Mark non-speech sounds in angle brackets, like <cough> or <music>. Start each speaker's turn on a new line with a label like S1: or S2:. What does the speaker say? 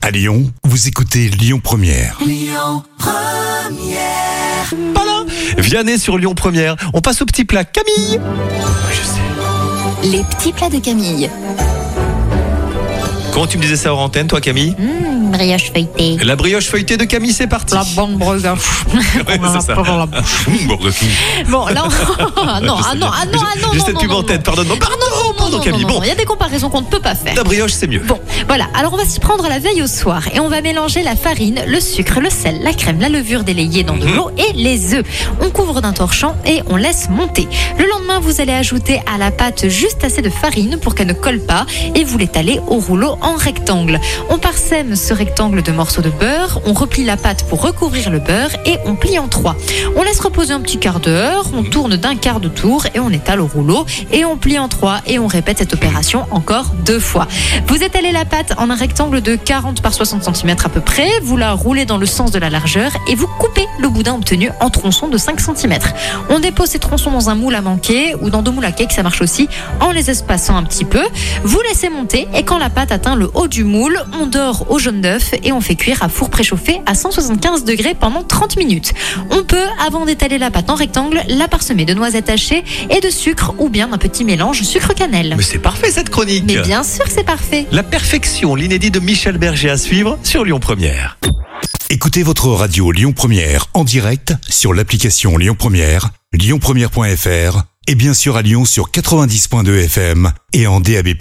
S1: À Lyon, vous écoutez Lyon Première.
S2: Palin, Vianney sur Lyon Première. On passe au petit plat Camille. Je sais.
S3: Les petits plats de Camille.
S2: Comment tu me disais ça hors antenne, toi Camille
S3: Hum, brioche feuilletée.
S2: La brioche feuilletée de Camille, c'est parti.
S3: bonne brioche.
S2: Ouais, c'est ça.
S3: Bon,
S2: <laughs>
S3: non, ah non, ah non, ah non, ah non.
S2: J'ai
S3: non,
S2: cette
S3: non,
S2: pub
S3: non,
S2: en tête, pardon. Non, pardon,
S3: non, non, non,
S2: pardon
S3: non,
S2: Camille.
S3: non, non,
S2: Bon,
S3: Il y a des comparaisons qu'on ne peut pas faire.
S2: la brioche, c'est mieux.
S3: Bon, voilà. Alors, on va s'y prendre la veille au soir et on va mélanger la farine, le sucre, le sel, la crème, la levure délayée dans de l'eau et les œufs. On couvre d'un torchon et on laisse monter. Le lendemain, vous allez ajouter à la pâte juste assez de farine pour qu'elle ne colle pas et vous l'étalez au rouleau en rectangle. On parsème ce rectangle de morceaux de beurre, on replie la pâte pour recouvrir le beurre et on plie en trois. On laisse reposer un petit quart d'heure, on tourne d'un quart de tour et on étale au rouleau et on plie en trois et on répète cette opération encore deux fois. Vous étalez la pâte en un rectangle de 40 par 60 cm à peu près, vous la roulez dans le sens de la largeur et vous coupez le boudin obtenu en tronçons de 5 cm. On dépose ces tronçons dans un moule à manquer ou dans deux moules à cake, ça marche aussi, en les espaçant un petit peu. Vous laissez monter et quand la pâte atteint le haut du moule, on dort au jaune d'œuf et on fait cuire à four préchauffé à 175 degrés pendant 30 minutes. On peut, avant d'étaler la pâte en rectangle, la parsemer de noisettes hachées et de sucre ou bien d'un petit mélange sucre-cannelle.
S2: Mais c'est parfait cette chronique.
S3: Mais bien sûr, que c'est parfait.
S2: La perfection, l'inédit de Michel Berger à suivre sur Lyon Première.
S1: Écoutez votre radio Lyon Première en direct sur l'application Lyon Première, lyonpremière.fr et bien sûr à Lyon sur 90.2 FM et en DAB+.